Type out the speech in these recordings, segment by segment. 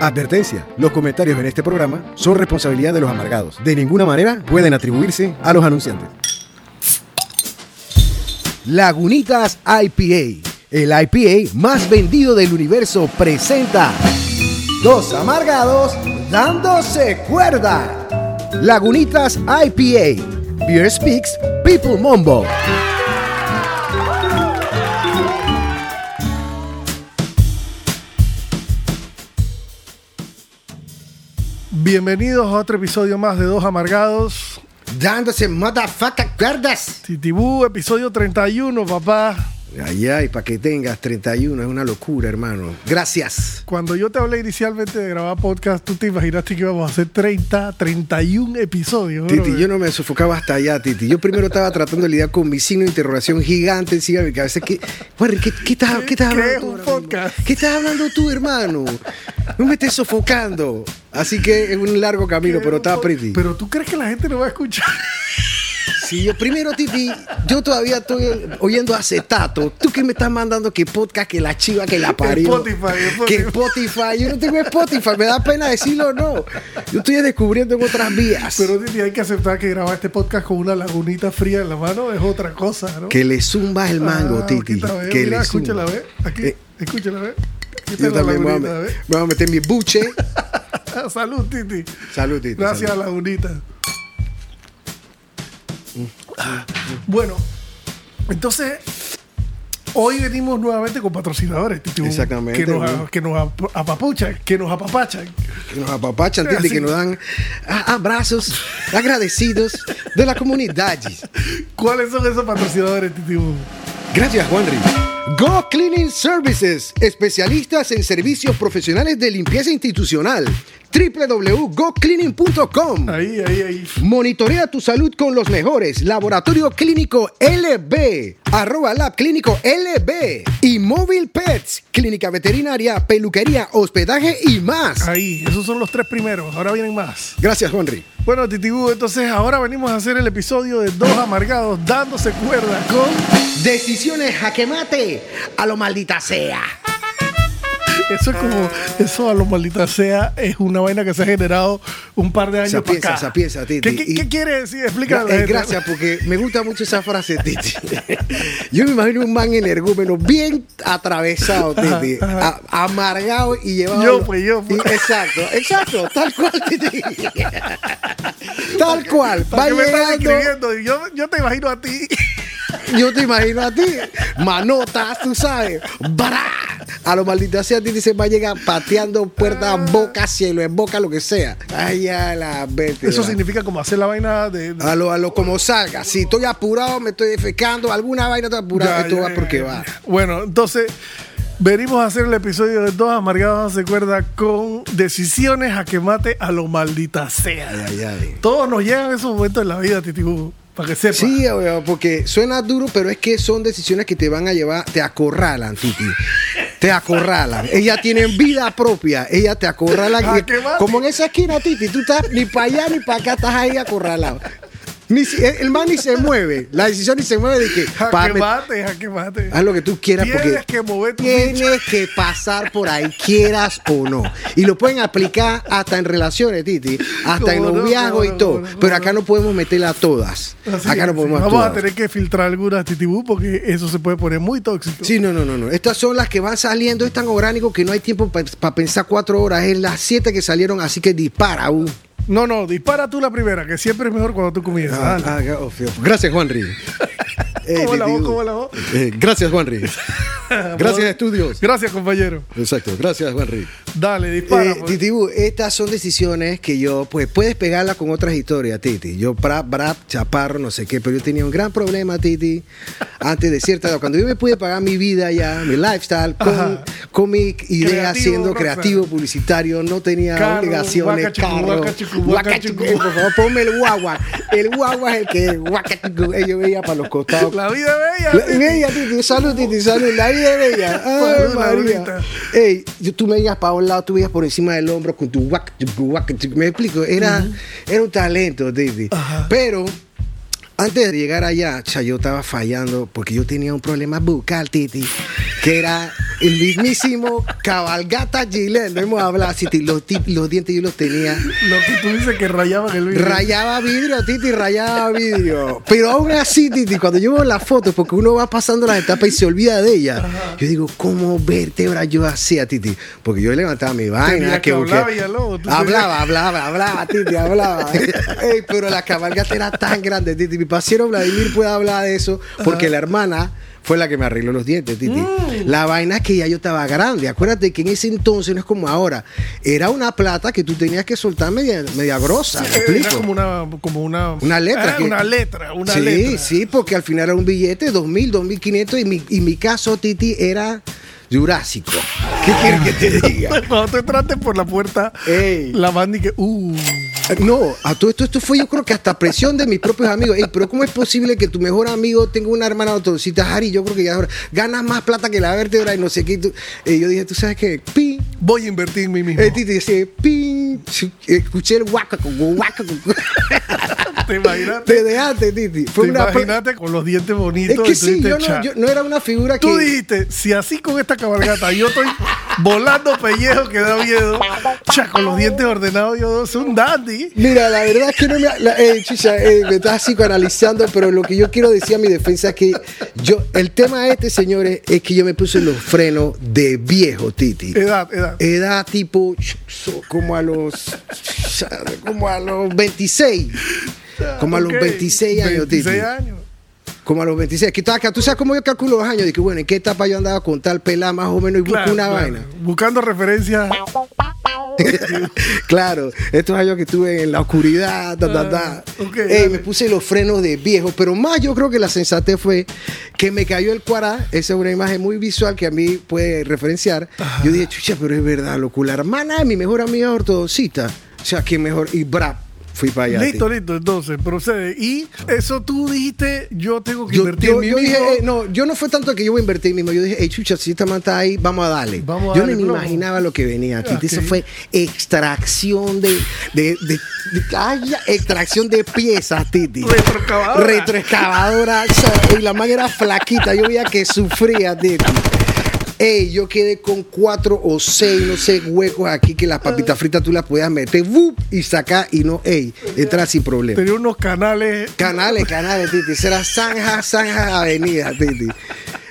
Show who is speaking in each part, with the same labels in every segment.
Speaker 1: Advertencia, los comentarios en este programa son responsabilidad de los amargados. De ninguna manera pueden atribuirse a los anunciantes.
Speaker 2: Lagunitas IPA, el IPA más vendido del universo, presenta Dos Amargados dándose cuerda. Lagunitas IPA, Beer Speaks, People Mumbo.
Speaker 3: Bienvenidos a otro episodio más de Dos Amargados.
Speaker 2: Dándose motherfucker cuerdas.
Speaker 3: Titibú, episodio 31, papá.
Speaker 2: Ay, ay, para que tengas 31, es una locura, hermano. Gracias.
Speaker 3: Cuando yo te hablé inicialmente de grabar podcast, tú te imaginaste que íbamos a hacer 30, 31 episodios.
Speaker 2: Titi, yo no me sofocaba hasta allá, Titi. Yo primero estaba tratando de lidiar con mi signo de interrogación gigante encima de mi cabeza. ¿Qué, Warren, ¿qué, qué estás, qué estás
Speaker 3: ¿Qué
Speaker 2: hablando?
Speaker 3: es
Speaker 2: tú
Speaker 3: un
Speaker 2: ahora mismo?
Speaker 3: podcast?
Speaker 2: ¿Qué estás hablando tú, hermano? No me estés sofocando. Así que es un largo camino, pero está pretty.
Speaker 3: Pero tú crees que la gente no va a escuchar.
Speaker 2: Si yo primero, Titi, yo todavía estoy oyendo acetato. ¿Tú qué me estás mandando? Que podcast, que la chiva, que la parió.
Speaker 3: Spotify, Spotify.
Speaker 2: Que Spotify. Yo no tengo Spotify. Me da pena decirlo o no. Yo estoy descubriendo en otras vías.
Speaker 3: Pero Titi, hay que aceptar que grabar este podcast con una lagunita fría en la mano es otra cosa, ¿no?
Speaker 2: que le zumbas el mango,
Speaker 3: Ah,
Speaker 2: Titi.
Speaker 3: quita, ve,
Speaker 2: Que
Speaker 3: mira,
Speaker 2: le
Speaker 3: escúchala,
Speaker 2: zumbas.
Speaker 3: ve. Aquí,
Speaker 2: Eh,
Speaker 3: escúchala, ve. Aquí está
Speaker 2: Yo
Speaker 3: la
Speaker 2: también me voy, a,
Speaker 3: lagunita,
Speaker 2: me- me voy a meter mi buche.
Speaker 3: ve. Salud, Titi.
Speaker 2: Salud, Titi.
Speaker 3: Gracias,
Speaker 2: salud.
Speaker 3: Lagunita. Bueno, entonces, hoy venimos nuevamente con patrocinadores, Titi.
Speaker 2: Exactamente,
Speaker 3: Que nos, a-
Speaker 2: ¿no?
Speaker 3: que nos ap- apapuchan, que nos apapachan.
Speaker 2: Que nos apapachan, Titi,
Speaker 3: Así.
Speaker 2: que nos dan ah, abrazos agradecidos de la comunidad.
Speaker 3: ¿Cuáles son esos patrocinadores, Titi?
Speaker 2: Gracias, Juanri. Go Cleaning Services, especialistas en servicios profesionales de limpieza institucional. www.gocleaning.com.
Speaker 3: Ahí, ahí, ahí.
Speaker 2: Monitorea tu salud con los mejores. Laboratorio Clínico LB. Arroba Lab Clínico LB. Y Móvil Pets. Clínica veterinaria, peluquería, hospedaje y más.
Speaker 3: Ahí, esos son los tres primeros. Ahora vienen más.
Speaker 2: Gracias, Henry.
Speaker 3: Bueno, Titibú, entonces ahora venimos a hacer el episodio de Dos Amargados dándose cuerda con.
Speaker 2: Decisiones jaque mate. A lo maldita sea.
Speaker 3: Eso es como. Eso a lo maldita sea es una vaina que se ha generado un par de años para
Speaker 2: Sapienza,
Speaker 3: acá.
Speaker 2: sapienza, Titi.
Speaker 3: ¿Qué, qué-
Speaker 2: Y-
Speaker 3: qué quiere decir? Explícalo.
Speaker 2: Gra- eh, gracias, porque me gusta mucho esa frase, Titi. Yo me imagino un man energúmeno bien atravesado, Titi.
Speaker 3: Ajá,
Speaker 2: a- amargado y llevado.
Speaker 3: Yo, pues, yo, pues.
Speaker 2: Y- Exacto, exacto. Tal cual, Titi. tal cual. Va
Speaker 3: ¿Para qué me estás
Speaker 2: llegando.
Speaker 3: escribiendo? Yo, yo te imagino a ti.
Speaker 2: Yo te imagino a ti. Manotas, tú sabes. ¡Bará! A lo maldita sea, Titi se va a llegar pateando
Speaker 3: Ah.
Speaker 2: puertas, boca, cielo, en boca, lo que sea. Ay, ya la vete.
Speaker 3: Eso
Speaker 2: va.
Speaker 3: significa como hacer la vaina de. de-
Speaker 2: A lo, a lo como salga. Si estoy apurado, me estoy defecando, alguna vaina estoy apurado,
Speaker 3: Ya,
Speaker 2: esto
Speaker 3: ya,
Speaker 2: va
Speaker 3: ya,
Speaker 2: porque
Speaker 3: ya.
Speaker 2: va.
Speaker 3: Bueno, entonces. Venimos a hacer el episodio de Dos Amargados se cuerda con decisiones a que mate a lo maldita sea.
Speaker 2: Ay, ay.
Speaker 3: Todos nos llegan esos momentos en la vida, Titibú. Para que sepas.
Speaker 2: Sí, obvio, porque suena duro, pero es que son decisiones que te van a llevar, te acorralan, Titi. Te acorralan. Ellas tienen vida propia, ellas te acorralan.
Speaker 3: Ah,
Speaker 2: Y-
Speaker 3: qué mal.
Speaker 2: como en esa esquina, Titi, tú estás ni para allá ni para acá, estás ahí acorralado. Ni si- el, el man ni se mueve, la decisión ni se mueve de que pa-
Speaker 3: Jaque
Speaker 2: me-
Speaker 3: mate, jaque mate.
Speaker 2: Haz lo que tú quieras
Speaker 3: Ah, Tienes
Speaker 2: porque
Speaker 3: que mover tu
Speaker 2: tienes que pasar por ahí, quieras o no. Y lo pueden aplicar hasta en relaciones, Titi, hasta en
Speaker 3: Cómo no,
Speaker 2: noviazgo
Speaker 3: cómo
Speaker 2: y
Speaker 3: no,
Speaker 2: todo.
Speaker 3: cómo no, cómo
Speaker 2: Pero
Speaker 3: no.
Speaker 2: acá no podemos meterla a todas.
Speaker 3: Así
Speaker 2: acá no
Speaker 3: es,
Speaker 2: podemos
Speaker 3: sí.
Speaker 2: a
Speaker 3: Vamos a
Speaker 2: todas.
Speaker 3: tener que filtrar algunas titibú porque eso se puede poner muy tóxico.
Speaker 2: Sí, no, no, no, no. Estas son las que van saliendo, es tan orgánico que no hay tiempo para pensar cuatro horas. Es las siete que salieron, así que dispara. uh.
Speaker 3: No, no, dispara tú la primera, que siempre es mejor cuando tú comienzas.
Speaker 2: Ah,
Speaker 3: dale.
Speaker 2: ah, ah, oh, fío. Gracias, Juanri. Eh,
Speaker 3: ¿Cómo la
Speaker 2: Titi,
Speaker 3: voz?
Speaker 2: uh.
Speaker 3: ¿Cómo la voz?
Speaker 2: Eh, gracias, Juanri. Gracias, estudios.
Speaker 3: Gracias, compañero.
Speaker 2: Exacto, gracias, Juanri.
Speaker 3: Dale, dispara.
Speaker 2: Eh,
Speaker 3: pues.
Speaker 2: Titibu, estas son decisiones que yo, pues puedes pegarla con otras historias, Titi. Yo, brap, brap, chaparro, no sé qué, pero yo tenía un gran problema, Titi, antes de cierta edad. Cuando yo me pude pagar mi vida ya, mi lifestyle, con,
Speaker 3: Ajá.
Speaker 2: con mi idea
Speaker 3: Creativo,
Speaker 2: siendo
Speaker 3: rockstar.
Speaker 2: creativo, publicitario, no tenía
Speaker 3: Carro,
Speaker 2: obligaciones,
Speaker 3: guacachucu,
Speaker 2: carro.
Speaker 3: guacachucu,
Speaker 2: guacachucu.
Speaker 3: guacachucu.
Speaker 2: Eh, por favor, ponme el guagua. El guagua es el que es, guacachucu. Eh, yo veía para los costados.
Speaker 3: La vida es bella.
Speaker 2: La-
Speaker 3: Titi.
Speaker 2: bella, Titi, salud, Titi, salud, la vida es bella. Ay,
Speaker 3: Salud,
Speaker 2: María.
Speaker 3: Laurita.
Speaker 2: Ey, yo- tú me ibas para un lado, tú ibas por encima del hombro con tu guac, tu guac, tu- me explico, era, era un talento, Titi.
Speaker 3: Ajá.
Speaker 2: Pero Antes de llegar allá, cha, yo estaba fallando porque yo tenía un problema bucal, Titi, que era el mismísimo cabalgata Gillette. Lo hemos hablado, Titi. Los, ti- los dientes yo los tenía.
Speaker 3: Lo que tú dices que rayaban el vidrio.
Speaker 2: Rayaba vidrio, Titi, rayaba vidrio. Pero aún así, Titi, cuando yo veo las fotos, porque uno va pasando las etapas y se olvida de ellas, yo digo, ¿cómo vértebra yo hacía, Titi? Porque yo levantaba mi vaina,
Speaker 3: que
Speaker 2: que, busqué-
Speaker 3: hablar, Villalobos, tú
Speaker 2: Hablaba, hablaba, hablaba, Titi, hablaba. Ey, pero la cabalgata era tan grande, Titi. Mi pasero Vladimir puede hablar de eso, porque la hermana fue la que me arregló los dientes, Titi.
Speaker 3: Mm.
Speaker 2: La vaina es que ya yo estaba grande. Acuérdate que en ese entonces no es como ahora. Era una plata que tú tenías que soltar media, media grosa. ¿me
Speaker 3: Eh, Era
Speaker 2: explico?
Speaker 3: como una, como una,
Speaker 2: Una letra
Speaker 3: Ah,
Speaker 2: que-
Speaker 3: una letra, una
Speaker 2: sí,
Speaker 3: letra.
Speaker 2: sí, porque al final era un billete, 2.000, 2.500, y mi, y mi caso, Titi, era jurásico. ¿Qué quieres que te diga?
Speaker 3: Cuando te traten por la puerta,
Speaker 2: Ey.
Speaker 3: la banda y que, uh,
Speaker 2: Ah, No, a todo esto, esto fue yo creo que hasta presión de mis propios amigos. Ey, pero ¿cómo es posible que tu mejor amigo tenga una hermana doctorcita, Harry? Yo creo que ya ahora ganas más plata que la vértebra y no sé qué. Y tú- y yo dije, ¿tú sabes qué? Pin.
Speaker 3: voy a invertir en mí mismo.
Speaker 2: Eh, Titi dice, pin. Escuché el guacaco, guacaco.
Speaker 3: ¿Te imaginas?
Speaker 2: Te dejaste, Titi. Fue
Speaker 3: ¿Te
Speaker 2: una pla-
Speaker 3: imaginaste con los dientes bonitos?
Speaker 2: Es que
Speaker 3: y tú
Speaker 2: sí,
Speaker 3: dijiste,
Speaker 2: yo no,
Speaker 3: "Cha".
Speaker 2: yo no era una figura
Speaker 3: Tú
Speaker 2: que.
Speaker 3: dijiste, si así con esta cabalgata yo estoy volando pellejo que da miedo, cha, con los dientes ordenados yo soy un dandy.
Speaker 2: Mira, la verdad es que no me. la- eh, chicha, eh, me estás psicoanalizando, pero lo que yo quiero decir a mi defensa es que yo. El tema este, señores, es que yo me puse los frenos de viejo, Titi.
Speaker 3: Edad, edad.
Speaker 2: Edad tipo. so- Como a los. Como a los 26. Como a los
Speaker 3: Ok,
Speaker 2: 26 años, Titi.
Speaker 3: 26 años.
Speaker 2: Como a los 26. Que tú- acá, tú sabes cómo yo calculo los años. Dije, bueno, ¿en qué etapa yo andaba con tal pelada más o menos y busco
Speaker 3: Claro,
Speaker 2: una
Speaker 3: claro.
Speaker 2: vaina?
Speaker 3: Buscando referencias.
Speaker 2: Claro, estos años que estuve en la oscuridad, ta, ta, ta.
Speaker 3: Ah, ok,
Speaker 2: Ey,
Speaker 3: dale.
Speaker 2: me puse los frenos de viejo, pero más yo creo que la sensatez fue que me cayó el cuará. Esa es una imagen muy visual que a mí puede referenciar. Yo dije, chucha, pero es verdad, loco, la hermana de mi mejor amiga ortodoxista. O sea, que mejor. Y brap, fui para allá.
Speaker 3: Listo,
Speaker 2: tío.
Speaker 3: listo, entonces procede. Y eso tú dijiste, yo tengo que
Speaker 2: Yo,
Speaker 3: invertir
Speaker 2: yo-
Speaker 3: en mí
Speaker 2: yo dije,
Speaker 3: mismo.
Speaker 2: eh, no, yo no fue tanto que yo voy a invertir mismo. Yo dije, hey, chucha, si esta man está ahí, vamos a darle.
Speaker 3: Vamos a
Speaker 2: yo
Speaker 3: darle,
Speaker 2: ni me
Speaker 3: plomo.
Speaker 2: imaginaba lo que venía. Titi, Eso
Speaker 3: ok.
Speaker 2: fue extracción de. de, de- de- ay, ya, extracción de piezas, Titi.
Speaker 3: Pues, Retroexcavadora.
Speaker 2: Retroexcavadora. o sea, y la man era flaquita. Yo veía que sufría, Titi. Ey, yo quedé con cuatro o seis, no sé, huecos aquí que las papitas fritas tú las podías meter, ¡bup! y sacar y no, ey, entrar sin problema.
Speaker 3: Tenía unos canales.
Speaker 2: Canales, canales, Titi. Será Zanja, Zanja Avenida, Titi.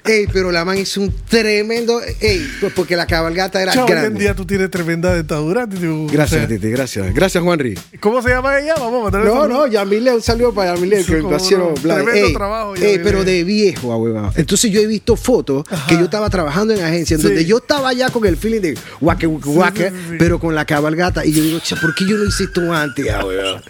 Speaker 2: Ey, pero la man hizo un tremendo. Ey, pues porque la cabalgata era
Speaker 3: Chao, hoy en
Speaker 2: grande.
Speaker 3: día tú tienes tremenda dentadura. tío.
Speaker 1: Gracias,
Speaker 3: O sea,
Speaker 1: Titi, gracias. Gracias, Juanri.
Speaker 3: ¿Cómo se llama ella? Vamos a mandarle
Speaker 2: No,
Speaker 3: saludo.
Speaker 2: no, Yamile, un saludo para Yamile,
Speaker 3: Sí,
Speaker 2: que lo
Speaker 3: cómo
Speaker 2: hicieron
Speaker 3: no.
Speaker 2: Vlad.
Speaker 3: Tremendo
Speaker 2: Ey,
Speaker 3: trabajo,
Speaker 2: ey,
Speaker 3: Yamile.
Speaker 2: pero de viejo, ahuevado. Entonces yo he visto fotos que yo estaba trabajando en agencia, en
Speaker 3: Sí.
Speaker 2: donde yo estaba ya con el feeling de guaque, guaque, guaque,
Speaker 3: sí, sí.
Speaker 2: pero con la cabalgata. Y yo digo, che, ¿por qué yo no hice esto antes, ahuevado?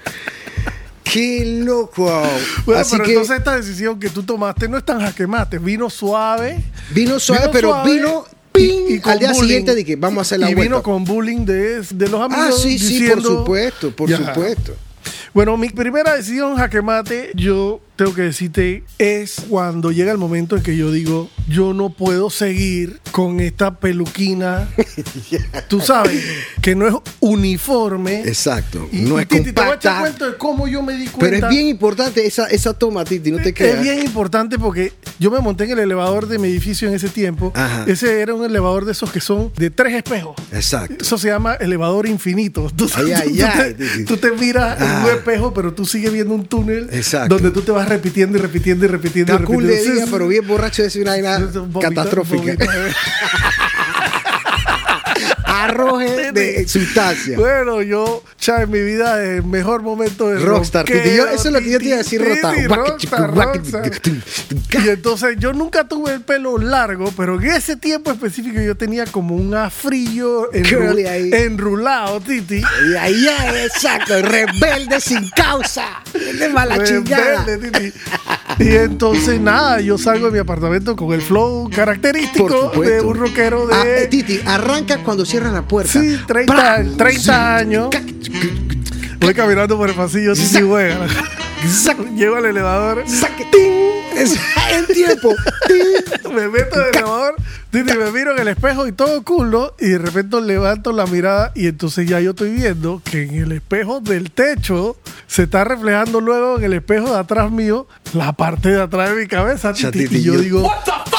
Speaker 2: Qué loco.
Speaker 3: Bueno,
Speaker 2: Así
Speaker 3: pero
Speaker 2: que
Speaker 3: entonces esta decisión que tú tomaste no es tan jaquemate, vino suave.
Speaker 2: Vino suave,
Speaker 3: Vino
Speaker 2: pero
Speaker 3: suave
Speaker 2: vino ping,
Speaker 3: con
Speaker 2: al día
Speaker 3: bullying.
Speaker 2: siguiente de que vamos a hacer la
Speaker 3: Y
Speaker 2: vuelta.
Speaker 3: vino con bullying de, de los amigos.
Speaker 2: ah, sí, sí, por
Speaker 3: diciendo-
Speaker 2: supuesto, por
Speaker 3: Ya.
Speaker 2: supuesto.
Speaker 3: Bueno, mi primera decisión jaquemate, yo tengo que decirte, es cuando llega el momento en que yo digo, yo no puedo seguir con esta peluquina. Tú sabes, que no es uniforme.
Speaker 2: Exacto,
Speaker 3: Y-
Speaker 2: no
Speaker 3: y
Speaker 2: es
Speaker 3: Titi, te voy a echar
Speaker 2: compacta.
Speaker 3: cuento de cómo yo me di
Speaker 2: Pero
Speaker 3: cuenta.
Speaker 2: es bien importante esa, esa toma, Titi, no te
Speaker 3: Es
Speaker 2: creas.
Speaker 3: bien importante porque yo me monté en el elevador de mi edificio en ese tiempo.
Speaker 2: Ajá.
Speaker 3: Ese era un elevador de esos que son de tres espejos.
Speaker 2: Exacto.
Speaker 3: Eso se llama elevador infinito. Tú,
Speaker 2: Ay,
Speaker 3: tú-
Speaker 2: ay,
Speaker 3: tú
Speaker 2: ay.
Speaker 3: te, tú te miras
Speaker 2: Ah.
Speaker 3: en un espejo, pero tú sigues viendo un túnel
Speaker 2: Exacto.
Speaker 3: donde tú te vas repitiendo y repitiendo y repitiendo. y
Speaker 2: Está cool de
Speaker 3: repitiendo.
Speaker 2: día,
Speaker 3: Sí,
Speaker 2: pero bien borracho es una vaina
Speaker 3: sí. Vomita-
Speaker 2: catastrófica.
Speaker 3: vomita.
Speaker 2: Arroje de sustancia.
Speaker 3: Bueno, yo, cha, en mi vida, el mejor momento de
Speaker 2: Rockstar,
Speaker 3: rockero,
Speaker 2: Titi. Yo- eso es lo que yo te iba a decir,
Speaker 3: Titi,
Speaker 2: Rota.
Speaker 3: rockstar, rockstar. Y entonces yo nunca tuve el pelo largo, pero en ese tiempo específico yo tenía como un afrillo enru-
Speaker 2: Curly ahí.
Speaker 3: enrulado, Titi.
Speaker 2: Y ahí es, exacto, rebelde sin causa. De mala chingada.
Speaker 3: Rebelde, Eh, Titi. Y entonces nada, yo salgo de mi apartamento con el flow característico de un rockero de
Speaker 2: Ah, eh, Titi, arranca cuando cierra la puerta.
Speaker 3: sí, 30,
Speaker 2: ¡Pam!
Speaker 3: 30 años. Voy caminando por el pasillo Titi
Speaker 2: Zac.
Speaker 3: Wea. Llego al elevador,
Speaker 2: ¡Saque! ¡Ting! Es en tiempo. ¡Ting!
Speaker 3: me meto al elevador, Titi, me miro en el espejo y todo culo, y de repente levanto la mirada y entonces ya yo estoy viendo que en el espejo del techo se está reflejando luego en el espejo de atrás mío la parte de atrás de mi cabeza,
Speaker 2: Ya,
Speaker 3: Titi.
Speaker 2: Titi,
Speaker 3: Y yo
Speaker 2: yo-
Speaker 3: digo,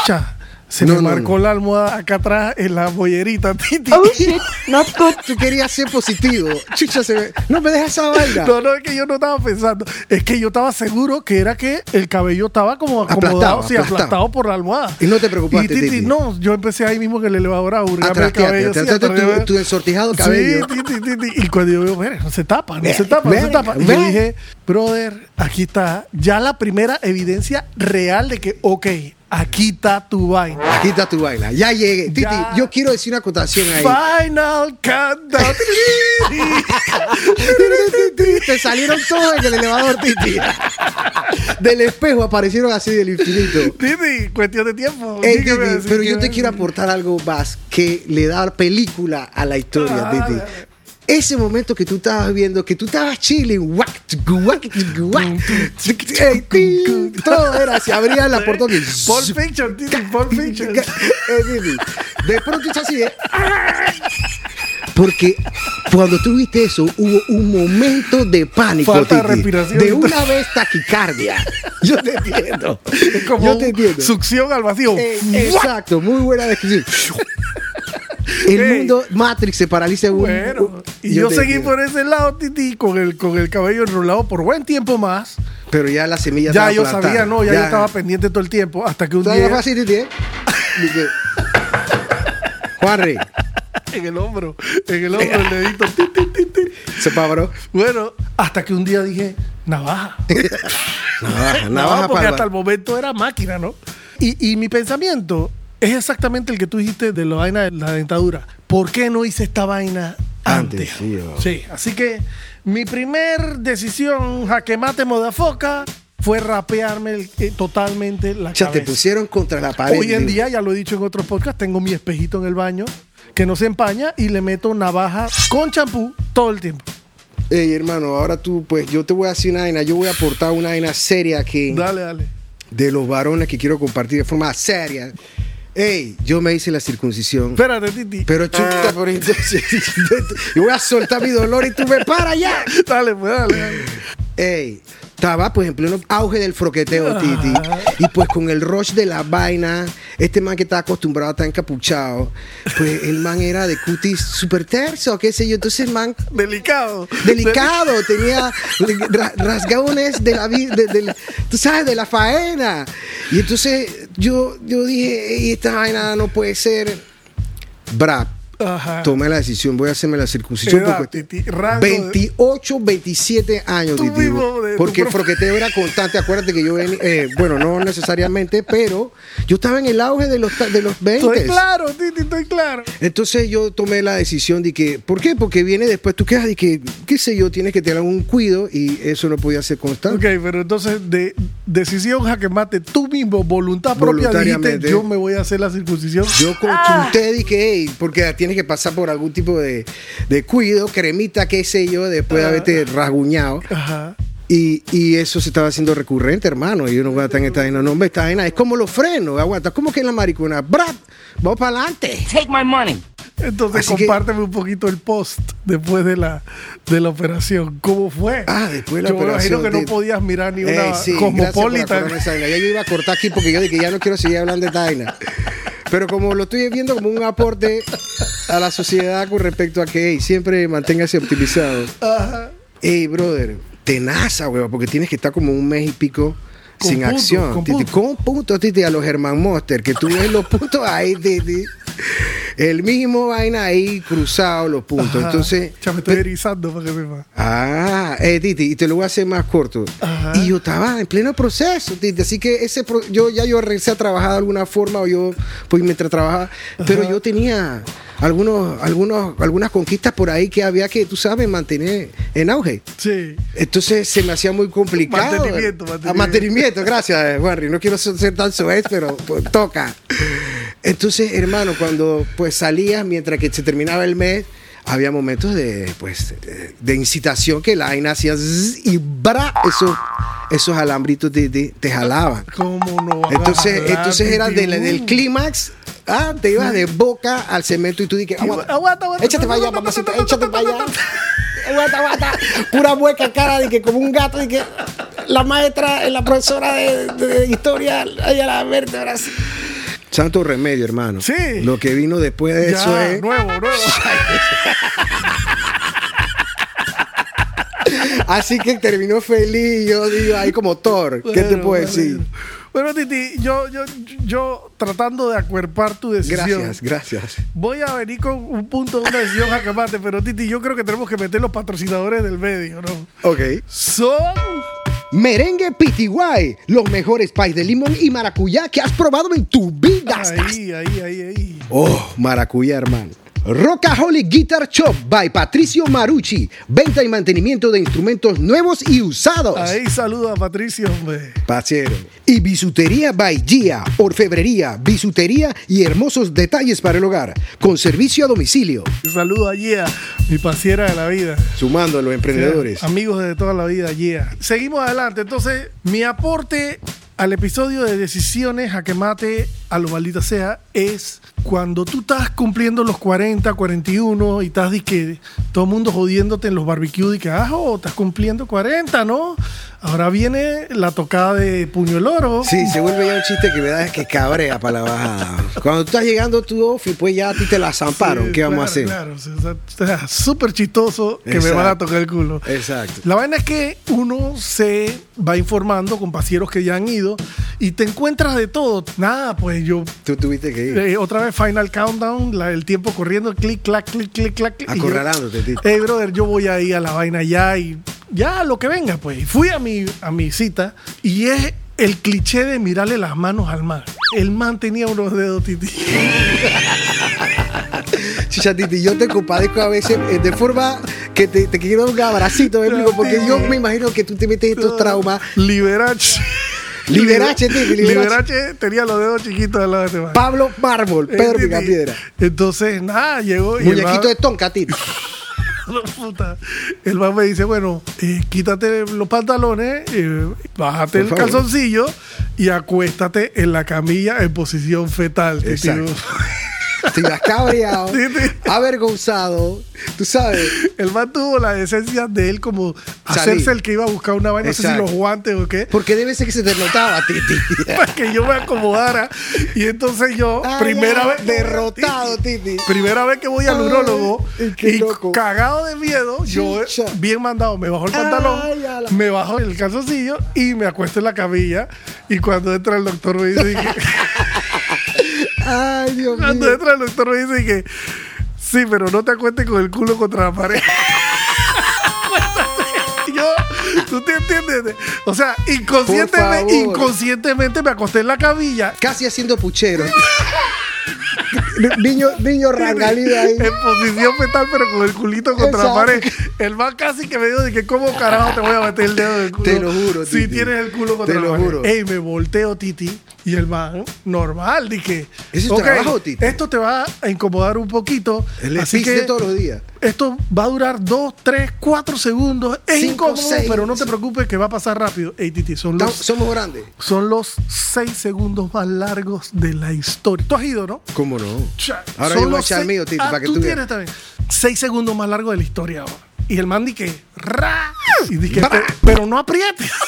Speaker 3: "Cha, se
Speaker 2: No,
Speaker 3: me
Speaker 2: no,
Speaker 3: marcó
Speaker 2: no. Ah,
Speaker 3: la almohada acá atrás en la bollerita, Titi.
Speaker 4: Oh shit, not good.
Speaker 2: Yo quería ser positivo. Chucha, se me... No me dejas esa vaina.
Speaker 3: No, no, es que yo no estaba pensando. Es que yo estaba seguro que era que el cabello estaba como acomodado,
Speaker 2: Aplastado,
Speaker 3: sí,
Speaker 2: aplastado.
Speaker 3: aplastado. por la almohada.
Speaker 2: Y no te preocupaste,
Speaker 3: Y Titi,
Speaker 2: Titi.
Speaker 3: no, yo empecé ahí mismo en el elevador a
Speaker 2: A
Speaker 3: hurgarme el
Speaker 2: trastearte,
Speaker 3: cabello. sí, a
Speaker 2: trastearte tu-
Speaker 3: trastearme.
Speaker 2: tu ensortijado cabello.
Speaker 3: Sí, Titi, Titi. Y cuando yo veo, "Mira, no se tapa, no
Speaker 2: Ve,
Speaker 3: se tapa, no
Speaker 2: ve,
Speaker 3: se tapa. Y
Speaker 2: ve.
Speaker 3: yo dije, brother, aquí está ya la primera evidencia real de que, ok, aquí está tu vaina.
Speaker 2: Aquí está tu vaina. Ya llegué. Titi,
Speaker 3: Ya.
Speaker 2: yo quiero decir una acotación ahí.
Speaker 3: Final countdown.
Speaker 2: Te salieron todos en el elevador, Titi. Del espejo aparecieron así del infinito.
Speaker 3: Titi, cuestión de tiempo.
Speaker 2: Ey,
Speaker 3: Dígame
Speaker 2: Titi,
Speaker 3: así
Speaker 2: pero
Speaker 3: Pues que-
Speaker 2: yo te quiero aportar algo más que le da película a la historia,
Speaker 3: Ah,
Speaker 2: Titi.
Speaker 3: dale.
Speaker 2: Ese momento que tú estabas viendo, que tú estabas chilling, guac, tgu, guac, tgu, guac, tsk, ey, ting, todo era, se abría la puerta y
Speaker 3: Paul Fiction, Titi, Paul Fiction.
Speaker 2: Eh, Didi, De pronto es así de- Porque cuando tú viste eso, hubo un momento de pánico.
Speaker 3: Falta de
Speaker 2: Titi.
Speaker 3: respiración.
Speaker 2: De una vez taquicardia. Yo te entiendo.
Speaker 3: Es como
Speaker 2: Yo te
Speaker 3: un-
Speaker 2: entiendo.
Speaker 3: succión al vacío.
Speaker 2: Eh, exacto, muy buena descripción. El
Speaker 3: Ey.
Speaker 2: mundo Matrix se paraliza en un-
Speaker 3: Bueno, y
Speaker 2: uh, yo
Speaker 3: yo,
Speaker 2: te
Speaker 3: seguí
Speaker 2: entiendo.
Speaker 3: por ese lado, Titi, con el, con el cabello enrolado por buen tiempo más.
Speaker 2: Pero ya la semilla
Speaker 3: Ya,
Speaker 2: estaba
Speaker 3: yo
Speaker 2: plantada.
Speaker 3: sabía, no, ya, yo estaba pendiente todo el tiempo. Hasta que un
Speaker 2: Todavía fue
Speaker 3: día
Speaker 2: así, Titi, ¿eh? Dije, Juanri,
Speaker 3: en el hombro, en el hombro, el dedito. ti, ti, ti, ti.
Speaker 2: se paró.
Speaker 3: Bueno, hasta que un día dije, navaja.
Speaker 2: Navaja,
Speaker 3: Navaja,
Speaker 2: navaja
Speaker 3: porque
Speaker 2: para
Speaker 3: hasta el momento era máquina, ¿no? Y, y mi pensamiento es exactamente el que tú dijiste de la vaina de la dentadura. ¿Por qué no hice esta vaina
Speaker 2: Antes,
Speaker 3: antes?
Speaker 2: sí, oh.
Speaker 3: Sí, así que mi primer decisión, jaque mate modafoca, fue rapearme el- eh, totalmente la
Speaker 2: O sea, te
Speaker 3: cabeza.
Speaker 2: pusieron contra la pared.
Speaker 3: Hoy en
Speaker 2: digo.
Speaker 3: día, ya lo he dicho en otros podcasts, tengo mi espejito en el baño que no se empaña y le meto navaja con champú todo el tiempo.
Speaker 2: Ey, hermano, ahora tú, pues yo te voy a decir una vaina, yo voy a aportar una vaina seria aquí
Speaker 3: Dale, dale.
Speaker 2: de los varones que quiero compartir de forma seria. Ey, yo me hice la circuncisión.
Speaker 3: Espérate, Titi.
Speaker 2: Pero chuta, por entonces. yo voy a soltar mi dolor y tú me para ya.
Speaker 3: Dale, pues, dale, dale.
Speaker 2: Ey, estaba pues en pleno auge del froqueteo, Titi. Y pues con el rush de la vaina, este man que está acostumbrado a estar encapuchado, pues el man era de cutis súper terso, qué sé yo. Entonces el man
Speaker 3: Delicado.
Speaker 2: delicado, tenía ra- rasgaones de la vida, tú sabes, de la faena. Y entonces yo, yo dije, "Ey, esta vaina no puede ser. Bra,
Speaker 3: Ajá.
Speaker 2: tomé la decisión, voy a hacerme la circuncisión.
Speaker 3: Edad,
Speaker 2: porque-
Speaker 3: Titi, rango de-
Speaker 2: 28, 27 años,
Speaker 3: Tú
Speaker 2: Titi,
Speaker 3: mismo de tu
Speaker 2: porque el
Speaker 3: propia-
Speaker 2: froqueteo era constante. Acuérdate que yo, venía- eh, bueno, no necesariamente, pero yo estaba en el auge de los, ta- de los 20.
Speaker 3: Estoy claro, Titi, estoy claro.
Speaker 2: Entonces yo tomé la decisión de que, ¿por qué? Porque viene después, tú quedas de que, qué sé yo, tienes que tener un cuido y eso no podía ser
Speaker 3: Ok,
Speaker 2: constante.
Speaker 3: pero entonces de decisión jaque mate, tú mismo, voluntad propia, dijiste,
Speaker 2: Voluntariamente.
Speaker 3: yo me voy a hacer la circuncisión. Ah.
Speaker 2: Yo consulté y dije, "Ey, porque tienes que pasar por algún tipo de, de cuido, cremita, qué sé yo, después de
Speaker 3: Ah.
Speaker 2: haberte rasguñado.
Speaker 3: Ajá.
Speaker 2: Y, y eso se estaba haciendo recurrente, hermano. Y uno va a estar en esta vaina, no me está vaina, es como los frenos, aguanta, como que en la maricona, ¡brap! Vamos para adelante.
Speaker 4: Take my money.
Speaker 3: Entonces
Speaker 2: Así que-
Speaker 3: compárteme un poquito el post después de la, de la operación. ¿Cómo fue?
Speaker 2: Ah, después de la
Speaker 3: Yo
Speaker 2: operación,
Speaker 3: me imagino que
Speaker 2: Titi.
Speaker 3: no podías mirar ni
Speaker 2: Ey,
Speaker 3: una
Speaker 2: Eh, sí, gracias por
Speaker 3: cosmopolita.
Speaker 2: acordarme esa vaina. Ya yo iba a cortar aquí porque yo dije, ya no quiero seguir hablando de esta vaina. Pero como lo estoy viendo como un aporte a la sociedad con respecto a que hey, siempre manténgase optimizado.
Speaker 3: Ajá.
Speaker 2: Ey, brother, tenaza, weón, porque tienes que estar como un mes y pico
Speaker 3: Con
Speaker 2: sin
Speaker 3: puntos,
Speaker 2: acción.
Speaker 3: con
Speaker 2: titi,
Speaker 3: puntos.
Speaker 2: con puntos, Titi, a los German Monster, que tú ves los puntos ahí, Titi. El mismo vaina ahí cruzado los puntos.
Speaker 3: Ajá.
Speaker 2: Entonces.
Speaker 3: Ya me estoy erizando para que sepa.
Speaker 2: Ah, eh, Titi, y te lo voy a hacer más corto.
Speaker 3: Ajá.
Speaker 2: Y yo estaba en pleno proceso, Titi, así que ese pro- yo ya yo regresé a trabajar de alguna forma o yo pues mientras trabajaba, pero yo tenía algunos algunos algunas conquistas por ahí que había que tú sabes mantener en auge.
Speaker 3: Sí.
Speaker 2: Entonces se me hacía muy complicado.
Speaker 3: Mantenimiento,
Speaker 2: Ah,
Speaker 3: mantenimiento.
Speaker 2: mantenimiento, gracias, eh, Juanri. No quiero ser tan soez, pero pues, toca. Entonces, hermano, cuando pues salías mientras que se terminaba el mes, había momentos de, pues, de, de incitación que la vaina hacía zzz y bra, esos, esos alambritos te, te- te jalaban.
Speaker 3: ¿Cómo no? van a
Speaker 2: Entonces,
Speaker 3: jalar,
Speaker 2: entonces era del,
Speaker 3: 21?
Speaker 2: del clímax. Ah, te ibas de boca al cemento y tú dije, aguanta,
Speaker 3: Aguanta, aguanta.
Speaker 2: échate para allá, mamacita, échate para allá. Aguanta, aguanta. Pura hueca cara de que como un gato, de que la maestra, eh, la profesora de, de- de historia, ella la verde, ahora sí. Santo remedio, hermano.
Speaker 3: Sí.
Speaker 2: Lo que vino después de
Speaker 3: Ya,
Speaker 2: eso es.
Speaker 3: nuevo, nuevo.
Speaker 2: Así que terminó feliz, yo digo, ahí como Thor. ¿Qué te
Speaker 3: Bueno,
Speaker 2: puedo
Speaker 3: bueno.
Speaker 2: decir?
Speaker 3: Bueno, Titi, yo, yo, yo tratando de acuerpar tu decisión.
Speaker 2: Gracias, gracias.
Speaker 3: Voy a venir con un punto de una decisión a que mate, pero Titi, yo creo que tenemos que meter los patrocinadores del medio, ¿no?
Speaker 2: Ok.
Speaker 3: Son.
Speaker 2: Merengue Pitiguay, los mejores pais de limón y maracuyá que has probado en tu vida.
Speaker 3: Ahí, ahí, ahí, ahí.
Speaker 2: Oh, maracuyá, hermano. Rockaholic Guitar Shop by Patricio Marucci. Venta y mantenimiento de instrumentos nuevos y usados.
Speaker 3: Ahí saluda a Patricio, hombre.
Speaker 2: Pasero. Y Bisutería by Gia, orfebrería, bisutería y hermosos detalles para el hogar, con servicio a domicilio.
Speaker 3: Saludo a Gia, mi pasiera de la vida.
Speaker 2: Sumando a los emprendedores.
Speaker 3: Amigos de toda la vida, Gia. Seguimos adelante. Entonces, mi aporte al episodio de decisiones a que mate a lo maldita sea es cuando tú estás cumpliendo los 40, 41 y estás que todo el mundo jodiéndote en los barbecues y que ajo, estás cumpliendo 40, ¿no? Ahora viene la tocada de puño el oro.
Speaker 2: Sí, se vuelve ya un chiste que me da que cabrea para la bajada. Cuando tú estás llegando a tu office, pues ya a ti te la zamparon.
Speaker 3: Sí,
Speaker 2: ¿Qué vamos a hacer?
Speaker 3: claro, hacer? Claro, o sea, está súper chistoso que
Speaker 2: Exacto.
Speaker 3: me van a tocar el culo.
Speaker 2: Exacto.
Speaker 3: La vaina es que uno se va informando con pasieros que ya han ido y te encuentras de todo. Nada, pues yo
Speaker 2: Tú tuviste que ir.
Speaker 3: eh, otra vez Final Countdown, la- el tiempo corriendo, clic, clac, clic, clic, clac. clic, y yo,
Speaker 2: Acorralándote, Tito.
Speaker 3: Hey, brother, yo voy ahí a la vaina ya y ya lo que venga, pues. Y Fui a mi, a mi cita y es el cliché de mirarle las manos al man. El man tenía unos dedos, titi.
Speaker 2: Chicha, Titi, yo te compadezco a veces eh, de forma que te, te quiero dar un abracito, ¿me explico? porque yo me imagino que tú te metes estos traumas.
Speaker 3: Liberace.
Speaker 2: Liberace, Titi, Liberace.
Speaker 3: Liberache tenía los dedos chiquitos al lado de este man.
Speaker 2: Pablo Mármol, Pedro
Speaker 3: Eh, Titi.
Speaker 2: Picapiedra.
Speaker 3: Entonces, nada, llegó y el man,
Speaker 2: Muñequito de tonca, Titi.
Speaker 3: puta, el man me dice, bueno, eh, quítate los pantalones, eh, bájate el
Speaker 2: Por favor.
Speaker 3: calzoncillo y acuéstate en la camilla en posición fetal. Titi.
Speaker 2: Exacto. Te ibas cabreado,
Speaker 3: Titi.
Speaker 2: avergonzado, tú sabes.
Speaker 3: El man tuvo la decencia de él como
Speaker 2: Salir.
Speaker 3: hacerse el que iba a buscar una vaina, no sé si
Speaker 2: Exacto.
Speaker 3: los guantes o qué.
Speaker 2: Porque debe ser que se te notaba, Titi.
Speaker 3: para que yo me acomodara. Y entonces yo,
Speaker 2: Ay,
Speaker 3: primera
Speaker 2: ay,
Speaker 3: vez.
Speaker 2: derrotado, Titi.
Speaker 3: Primera vez que voy al
Speaker 2: Ay,
Speaker 3: urólogo
Speaker 2: qué
Speaker 3: y
Speaker 2: loco.
Speaker 3: cagado de miedo, yo eh,
Speaker 2: Chicha.
Speaker 3: bien mandado, me bajo el
Speaker 2: Ay,
Speaker 3: pantalón,
Speaker 2: a la-
Speaker 3: me bajo el calzoncillo y me acuesto en la camilla. Y cuando entra el doctor me dice que,
Speaker 2: Ay, Dios
Speaker 3: cuando
Speaker 2: mío.
Speaker 3: entra el doctor me dice que sí, pero no te acuestes con el culo contra la pared. Acuéstate. Yo, ¿tú te entiendes? O sea, inconscientemente,
Speaker 2: favor.
Speaker 3: inconscientemente me acosté en la camilla
Speaker 2: Casi haciendo puchero. niño, niño rangalido ahí.
Speaker 3: En posición fetal, pero con el culito contra
Speaker 2: Exacto.
Speaker 3: la pared. El man casi que me dijo de que cómo carajo te voy a meter el dedo en el culo.
Speaker 2: Te lo juro,
Speaker 3: Si
Speaker 2: Titi.
Speaker 3: tienes el culo contra
Speaker 2: Te
Speaker 3: la
Speaker 2: lo
Speaker 3: pared.
Speaker 2: juro.
Speaker 3: Ey, me volteo, Titi. Y el man, normal, dije.
Speaker 2: Ese es
Speaker 3: "Ok,
Speaker 2: trabajo, Titi".
Speaker 3: Esto te va a incomodar un poquito.
Speaker 2: El
Speaker 3: así
Speaker 2: speech
Speaker 3: que
Speaker 2: de todos los días.
Speaker 3: esto va a durar 2, 3, 4 segundos. Es
Speaker 2: Cinco,
Speaker 3: incómodo,
Speaker 2: seis.
Speaker 3: pero no te preocupes que va a pasar rápido. Ey, Titi, son
Speaker 2: Tam-
Speaker 3: los,
Speaker 2: Somos grandes.
Speaker 3: son los 6 segundos más largos de la historia. Tú has ido, ¿no?
Speaker 2: ¿Cómo no?
Speaker 3: Cha-
Speaker 2: Ahora yo
Speaker 3: son
Speaker 2: voy a
Speaker 3: los
Speaker 2: echar el
Speaker 3: seis-
Speaker 2: mío, Titi,
Speaker 3: Ah,
Speaker 2: para que
Speaker 3: tú
Speaker 2: tú
Speaker 3: tienes
Speaker 2: veas.
Speaker 3: también. Seis segundos más largo de la historia ahora. Y el man di que. ra, Y di que,
Speaker 2: Bra.
Speaker 3: "Pe- pero no apriete.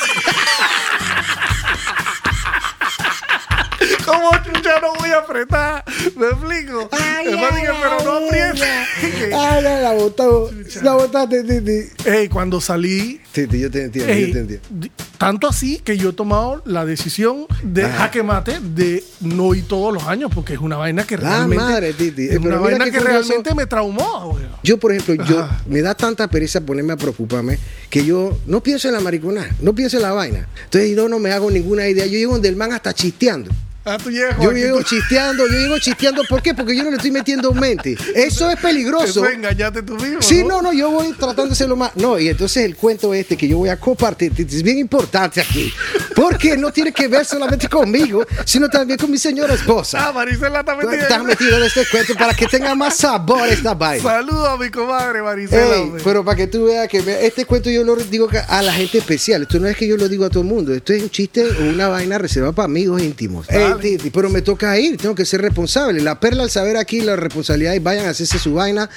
Speaker 3: ¿Cómo chucha no voy a apretar? ¿Me explico? el man di que, pero no apriete.
Speaker 2: Ay, ya la botamos. La botaste, Titi.
Speaker 3: Ey, cuando salí.
Speaker 2: Titi, yo te entiendo,
Speaker 3: ey,
Speaker 2: yo te entiendo.
Speaker 3: di- tanto así que yo he tomado la decisión de
Speaker 2: Ajá.
Speaker 3: jaque mate de no ir todos los años porque es una vaina que
Speaker 2: La
Speaker 3: realmente
Speaker 2: Ah, madre, Titi.
Speaker 3: es
Speaker 2: Eh, pero
Speaker 3: una
Speaker 2: mira
Speaker 3: vaina
Speaker 2: qué
Speaker 3: que
Speaker 2: curioso.
Speaker 3: realmente me traumó güey.
Speaker 2: Yo, por ejemplo, yo
Speaker 3: Ajá.
Speaker 2: me da tanta pereza ponerme a preocuparme que yo no pienso en la maricona, no pienso en la vaina. Entonces yo no me hago ninguna idea. Yo llego donde el man hasta chisteando.
Speaker 3: Ah, tú llegas
Speaker 2: Yo
Speaker 3: con
Speaker 2: llego chisteando, yo llego chisteando. ¿Por qué? Porque yo no le estoy metiendo mente. Eso es peligroso.
Speaker 3: Eso engañaste tú mismo.
Speaker 2: Sí, no, no, yo voy tratando de hacerlo más. No, y entonces el cuento este que yo voy a compartir es bien importante aquí. Porque no tiene que ver solamente conmigo, sino también con mi señora esposa.
Speaker 3: Ah, Marisela está metida.
Speaker 2: Estás
Speaker 3: ahí.
Speaker 2: metido en este cuento para que tenga más sabor esta vaina.
Speaker 3: Saludos a mi comadre Marisela.
Speaker 2: Ey,
Speaker 3: hombre.
Speaker 2: pero para que tú veas que me- este cuento yo lo digo a la gente especial. Esto no es que yo lo digo a todo el mundo. Esto es un chiste o una vaina reservada para amigos íntimos. Ey,
Speaker 3: Dale.
Speaker 2: Titi, pero me toca ir. Tengo que ser responsable. La perla al saber aquí la responsabilidad y vayan a hacerse su vaina.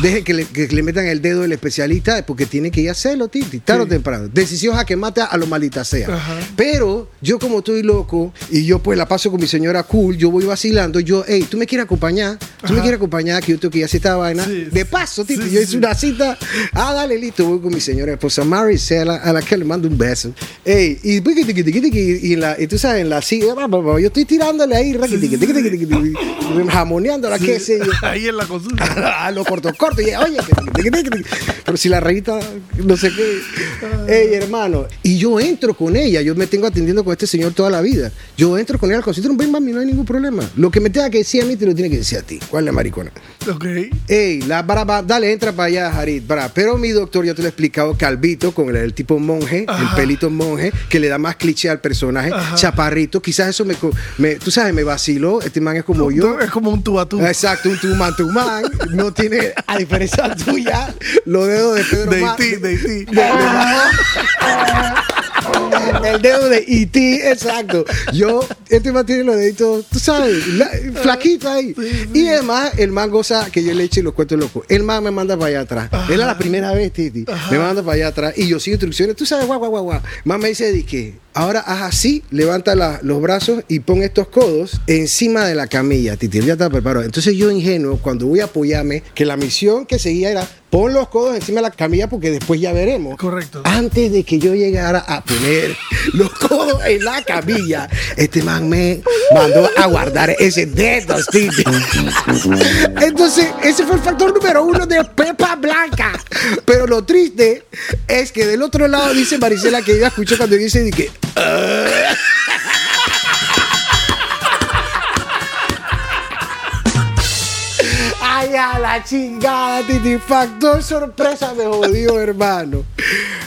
Speaker 2: Dejen que le, que le metan el dedo del especialista porque tiene que ir a hacerlo, Titi, tarde o temprano. Decisión a que mata a lo malita sea.
Speaker 3: Ajá.
Speaker 2: Pero yo como estoy loco y yo pues la paso con mi señora cool, yo voy vacilando, yo, hey, tú me quieres acompañar, tú me
Speaker 3: Ajá.
Speaker 2: quieres acompañar, que yo tengo que ir a hacer esta vaina.
Speaker 3: Sí,
Speaker 2: de paso, Titi,
Speaker 3: sí,
Speaker 2: yo
Speaker 3: sí.
Speaker 2: hice una cita. Ah, dale, listo, voy con mi señora esposa Maricela, a la que le mando un beso. Ey, y, pues, piqui, tiqui, tiqui, tiqui, y, en la, y tú sabes, en la cita, va, va, va, yo estoy tirándole ahí, raquiti, tiqui, tiqui, tiqui, tiqui, jamoneándola, qué sé yo.
Speaker 3: Ahí en la consulta.
Speaker 2: Ah, lo corto, corto. Y, oye, que- que- que- que- pero si la revista, no sé qué. Ey,
Speaker 3: Ah.
Speaker 2: hermano. Y yo entro con ella. Yo me tengo atendiendo con este señor toda la vida. Yo entro con ella al concierto. Ven, mami, no hay ningún problema. Lo que me tenga que decir a mí, te lo tiene que decir a ti. ¿Cuál es la maricona?
Speaker 3: ok.
Speaker 2: Ey, la brava, dale, entra para allá, Jarit, bra. Pero mi doctor, ya te lo he explicado, Calvito, con el, el tipo monje, el pelito monje, que le da más cliché al personaje, chaparrito, quizás eso me, co- me- tú sabes, me vaciló, este man es como yo.
Speaker 3: Es como un tú a tú.
Speaker 2: Exacto, un tumán, tumán. No tiene, a diferencia tuya, los dedos de Pedro
Speaker 3: De
Speaker 2: Ma-
Speaker 3: Haití, de Haití.
Speaker 2: El dedo de E.T., exacto. Yo, este man tiene los deditos, tú sabes, la- flaquito ahí. Y además, el man goza que yo le eche los cuentos locos. El man me manda para allá atrás. Era la primera vez, Titi. Me manda para allá atrás y yo sigo instrucciones. Tú sabes, guau, guau, guau, guau. Man me dice, que ahora haz así, levanta la- los brazos y pon estos codos encima de la camilla, Titi. Él ya está preparado. Entonces yo ingenuo, cuando voy a apoyarme, que la misión que seguía era pon los codos encima de la camilla porque después ya veremos
Speaker 3: Correcto.
Speaker 2: antes de que yo llegara a poner los codos en la camilla, este man me mandó a guardar ese dedo, Steve. Entonces, ese fue el factor número uno de Pepa Blanca. Pero lo triste es que del otro lado dice Marisela que ella escuchó cuando dice de que. "Ah". Ay, a la chingada, Titi. Factor sorpresa me jodió, hermano.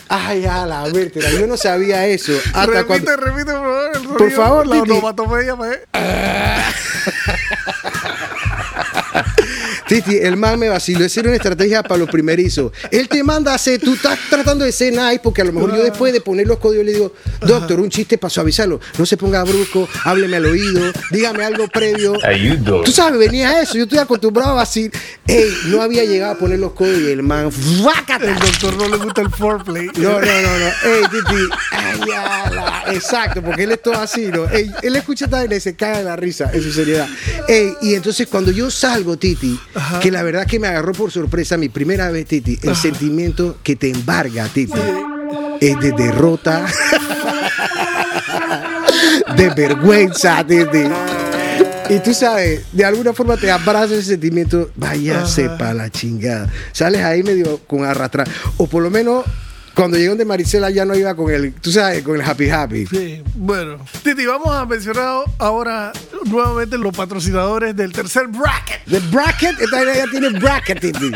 Speaker 2: Ay, a la vértebra. Yo no sabía eso. Hasta
Speaker 3: repite,
Speaker 2: cuando.
Speaker 3: repite, por favor. el
Speaker 2: Por
Speaker 3: sonido,
Speaker 2: favor,
Speaker 3: la
Speaker 2: Titi.
Speaker 3: onomatopeya, pues.
Speaker 2: Titi, el man me vaciló. Esa era una estrategia para los primerizos. Él te manda a hacer, tú estás tratando de ser nice, porque a lo mejor yo después de poner los códigos le digo, doctor, un chiste para suavizarlo. No se ponga brusco, hábleme al oído, dígame algo previo. Tú sabes, venía a eso. Yo estoy acostumbrado a vacilar. Ey, no había llegado a poner los códigos y el man,
Speaker 3: El
Speaker 2: ¡vácata!
Speaker 3: doctor no le gusta el foreplay.
Speaker 2: No, no, no, no. Ey, Titi. Ay, ya, la- Exacto, porque él es todo así, ¿no? Ey, él escucha esta vaina y se caga de la risa, en su seriedad. Ey, y entonces cuando yo salgo, Titi, que la verdad que me agarró por sorpresa mi primera vez, Titi, el sentimiento que te embarga, Titi, es de derrota, de vergüenza, Titi. Y tú sabes, de alguna forma te abraza ese sentimiento, váyase para la chingada. Sales ahí medio con arrastrar. O por lo menos cuando llegó de Marisela ya no iba con el, tú sabes, con el happy happy.
Speaker 3: Sí, bueno. Titi, vamos a mencionar ahora nuevamente los patrocinadores del tercer bracket.
Speaker 2: The bracket, esta vaina ya tiene bracket, Titi.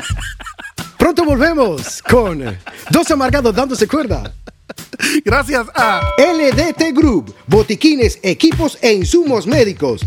Speaker 2: Pronto volvemos con Dos Amargados dándose cuerda.
Speaker 3: Gracias a
Speaker 2: LDT Group, botiquines, equipos e insumos médicos.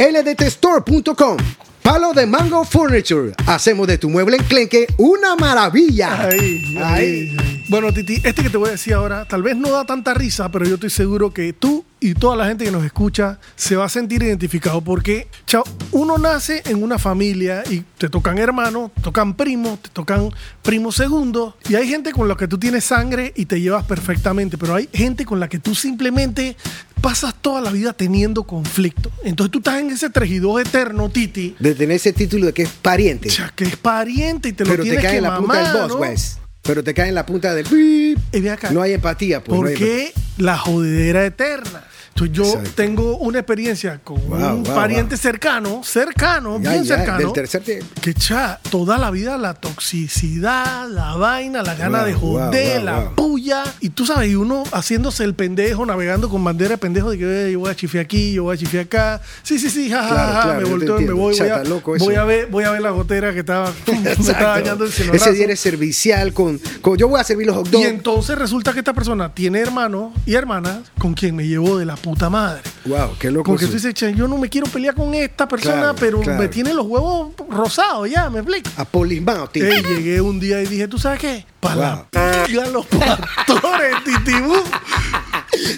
Speaker 2: www.ldtstore.com. Palo de Mango Furniture. Hacemos de tu mueble enclenque una maravilla.
Speaker 3: Ahí, ahí. Bueno, Titi, este que te voy a decir ahora, tal vez no da tanta risa, pero yo estoy seguro que tú y toda la gente que nos escucha se va a sentir identificado porque, chao, uno nace en una familia y te tocan hermanos, te tocan primos, te tocan primos segundos y hay gente con la que tú tienes sangre y te llevas perfectamente, pero hay gente con la que tú simplemente pasas toda la vida teniendo conflicto. Entonces tú estás en ese 3 eterno, Titi.
Speaker 2: De tener ese título de que es pariente.
Speaker 3: O sea, que es pariente y te lo
Speaker 2: pero te
Speaker 3: tienes
Speaker 2: cae
Speaker 3: que
Speaker 2: en la punta
Speaker 3: mamar,
Speaker 2: del boss,
Speaker 3: ¿no?
Speaker 2: pues. Pero te cae en la punta del...
Speaker 3: Y ve acá.
Speaker 2: No hay empatía, pues. no
Speaker 3: ¿Por
Speaker 2: hay
Speaker 3: qué la jodedera eterna? Entonces yo
Speaker 2: Exacto.
Speaker 3: tengo una experiencia con
Speaker 2: Wow,
Speaker 3: un
Speaker 2: wow,
Speaker 3: pariente cercano, cercano,
Speaker 2: Ya,
Speaker 3: bien
Speaker 2: ya,
Speaker 3: cercano.
Speaker 2: Del tercer tiempo.
Speaker 3: Que cha, toda la vida la toxicidad, la vaina, la gana
Speaker 2: Wow,
Speaker 3: de joder,
Speaker 2: wow, wow,
Speaker 3: la
Speaker 2: wow.
Speaker 3: puya. Y tú sabes, y uno haciéndose el pendejo, navegando con bandera de pendejo de que "Eh, yo voy a chifiar aquí, yo voy a chifiar acá. Sí, sí, sí, jajaja,
Speaker 2: Claro, claro,
Speaker 3: me
Speaker 2: yo te
Speaker 3: volteo, me
Speaker 2: entiendo.
Speaker 3: voy,
Speaker 2: Cha,
Speaker 3: voy a,
Speaker 2: está loco eso.
Speaker 3: voy, a ver, voy a ver la gotera que estaba, me estaba dañando el cielo.
Speaker 2: Ese día eres servicial con, con- Yo voy a servir los hot
Speaker 3: Y
Speaker 2: dogs.
Speaker 3: entonces resulta que esta persona tiene hermanos y hermanas con quien me llevo de la puta madre.
Speaker 2: Wow, qué loco.
Speaker 3: Con que
Speaker 2: eso.
Speaker 3: tú dices, "Che, yo no me quiero pelear con esta persona,
Speaker 2: pues Claro,
Speaker 3: pero
Speaker 2: claro.
Speaker 3: me tiene los huevos rosados ya, me explico.
Speaker 2: A Polimao, tío.
Speaker 3: Ey, llegué un día y dije, ¿tú sabes qué? Para
Speaker 2: Wow.
Speaker 3: la p- a los pastores, Titibú.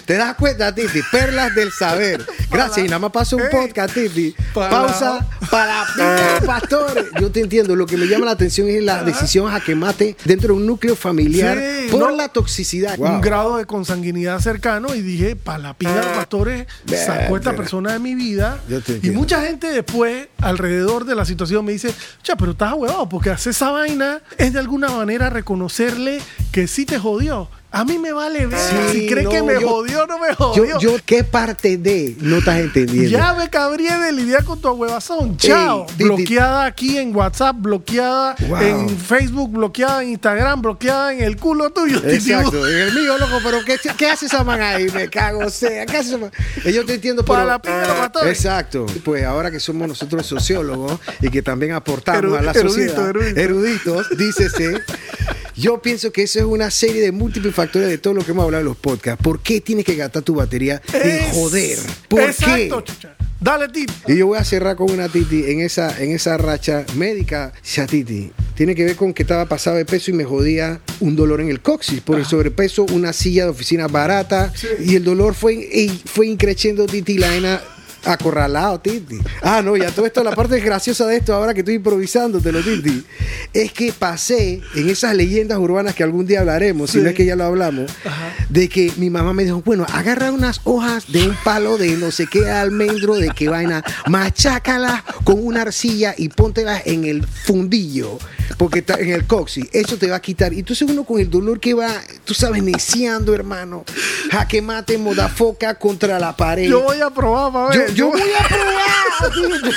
Speaker 2: ¿Te das cuenta, Titi? Perlas del saber. Gracias. Y nada más pasó un
Speaker 3: Ey.
Speaker 2: podcast, Titi.
Speaker 3: Para-
Speaker 2: Pausa para p- pastores. Yo te entiendo. Lo que me llama la atención es la decisión a que mate dentro de un núcleo familiar
Speaker 3: Sí,
Speaker 2: por
Speaker 3: no.
Speaker 2: la toxicidad.
Speaker 3: Un
Speaker 2: Wow. Ah,
Speaker 3: grado de consanguinidad cercano y dije, para la pinga los pastores, sacó a esta persona de mi vida.
Speaker 2: Yo te
Speaker 3: Y
Speaker 2: entiendo.
Speaker 3: mucha gente después, alrededor de la situación, me dice, cha, pero estás huevado, porque hacer esa vaina es de alguna manera reconocerle que sí te jodió. A mí me vale ver si cree
Speaker 2: no,
Speaker 3: que me
Speaker 2: yo-
Speaker 3: jodió o no me
Speaker 2: Yo,
Speaker 3: jodió.
Speaker 2: yo, ¿qué parte de no estás entendiendo?
Speaker 3: Ya me cabría de lidiar con tu huevazón. Chao.
Speaker 2: Titi.
Speaker 3: bloqueada aquí en WhatsApp, bloqueada
Speaker 2: Wow.
Speaker 3: en Facebook, bloqueada en Instagram, bloqueada en el culo tuyo. Titi.
Speaker 2: Exacto, es el mío, loco, pero ¿qué, qué hace esa man ahí? Me cago, o sea, ¿qué hace esa man? Eh, Yo te entiendo, pero...
Speaker 3: Para la pinga de los pastores.
Speaker 2: Exacto, pues ahora que somos nosotros sociólogos y que también aportamos
Speaker 3: Eru-
Speaker 2: a la
Speaker 3: erudito,
Speaker 2: sociedad,
Speaker 3: erudito.
Speaker 2: eruditos, dícese... Yo pienso que eso es una serie de múltiples factores de todo lo que hemos hablado en los podcasts. ¿Por qué tienes que gastar tu batería en
Speaker 3: Es-
Speaker 2: joder? ¿Por
Speaker 3: Exacto,
Speaker 2: qué?
Speaker 3: chucha. Dale, Titi.
Speaker 2: Y yo voy a cerrar con una Titi en esa, en esa racha médica. Ya Titi, tiene que ver con que estaba pasado de peso y me jodía un dolor en el coxis. Por el sobrepeso, una silla de oficina barata.
Speaker 3: Ah. Sí.
Speaker 2: Y el dolor fue, y fue increciendo Titi la nena acorralado, Titi. Ah, no, ya todo esto, la parte graciosa de esto, ahora que estoy improvisándotelo, Titi, es que pasé en esas leyendas urbanas que algún día hablaremos, si
Speaker 3: Sí.
Speaker 2: no es que ya lo hablamos, de que mi mamá me dijo, bueno, agarra unas hojas de un palo de no sé qué almendro, de qué vaina, machácalas con una arcilla y póntelas en el fundillo, porque está en el coxis, eso te va a quitar. Y entonces uno con el dolor que va, tú sabes, neciando, hermano, jaque mate, modafoca contra la pared.
Speaker 3: Yo voy a probar para
Speaker 2: Yo,
Speaker 3: ver.
Speaker 2: yo voy a probar. tío.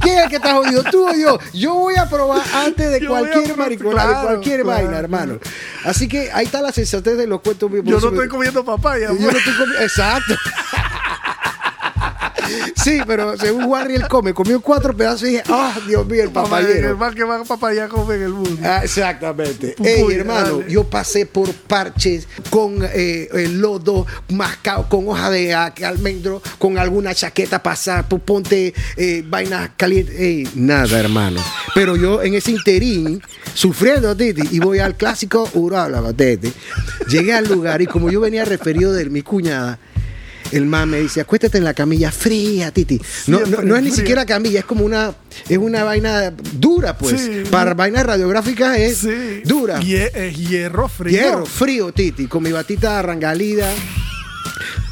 Speaker 2: ¿Quién es el que está jodido? ¿Tú o yo? Yo voy a probar antes de
Speaker 3: Yo voy a
Speaker 2: cualquier
Speaker 3: probar,
Speaker 2: mariconada, de
Speaker 3: claro,
Speaker 2: cualquier
Speaker 3: claro.
Speaker 2: vaina, hermano. Así que ahí está la sensatez de los cuentos míos.
Speaker 3: Yo no
Speaker 2: Por eso
Speaker 3: estoy comiendo papaya. pues.
Speaker 2: me- yo no estoy comiendo. Exacto. Sí, pero según Warrior él come, comió cuatro pedazos y dije, ¡ah, Dios mío, el
Speaker 3: papaya.
Speaker 2: papayero!
Speaker 3: El más que más papaya come en el mundo.
Speaker 2: Ah, Exactamente.
Speaker 3: Uy,
Speaker 2: Ey,
Speaker 3: dale.
Speaker 2: hermano, yo pasé por parches con eh, el lodo mascado, con hoja de ah, almendro, con alguna chaqueta pasada, pu- ponte eh, vainas calientes. Ey, nada, hermano. Pero yo en ese interín, sufriendo, Titi, y voy al clásico Urala, Titi. Llegué al lugar y como yo venía referido de mi cuñada, el man me dice, acuéstate en la camilla fría, Titi. No, no,
Speaker 3: Siempre
Speaker 2: no es ni
Speaker 3: fría.
Speaker 2: siquiera camilla, es como una, es una vaina dura, pues.
Speaker 3: Sí.
Speaker 2: Para vainas radiográficas es
Speaker 3: Sí.
Speaker 2: dura.
Speaker 3: Hie- es hierro frío.
Speaker 2: Hierro, frío, Titi, con mi batita arrangalida.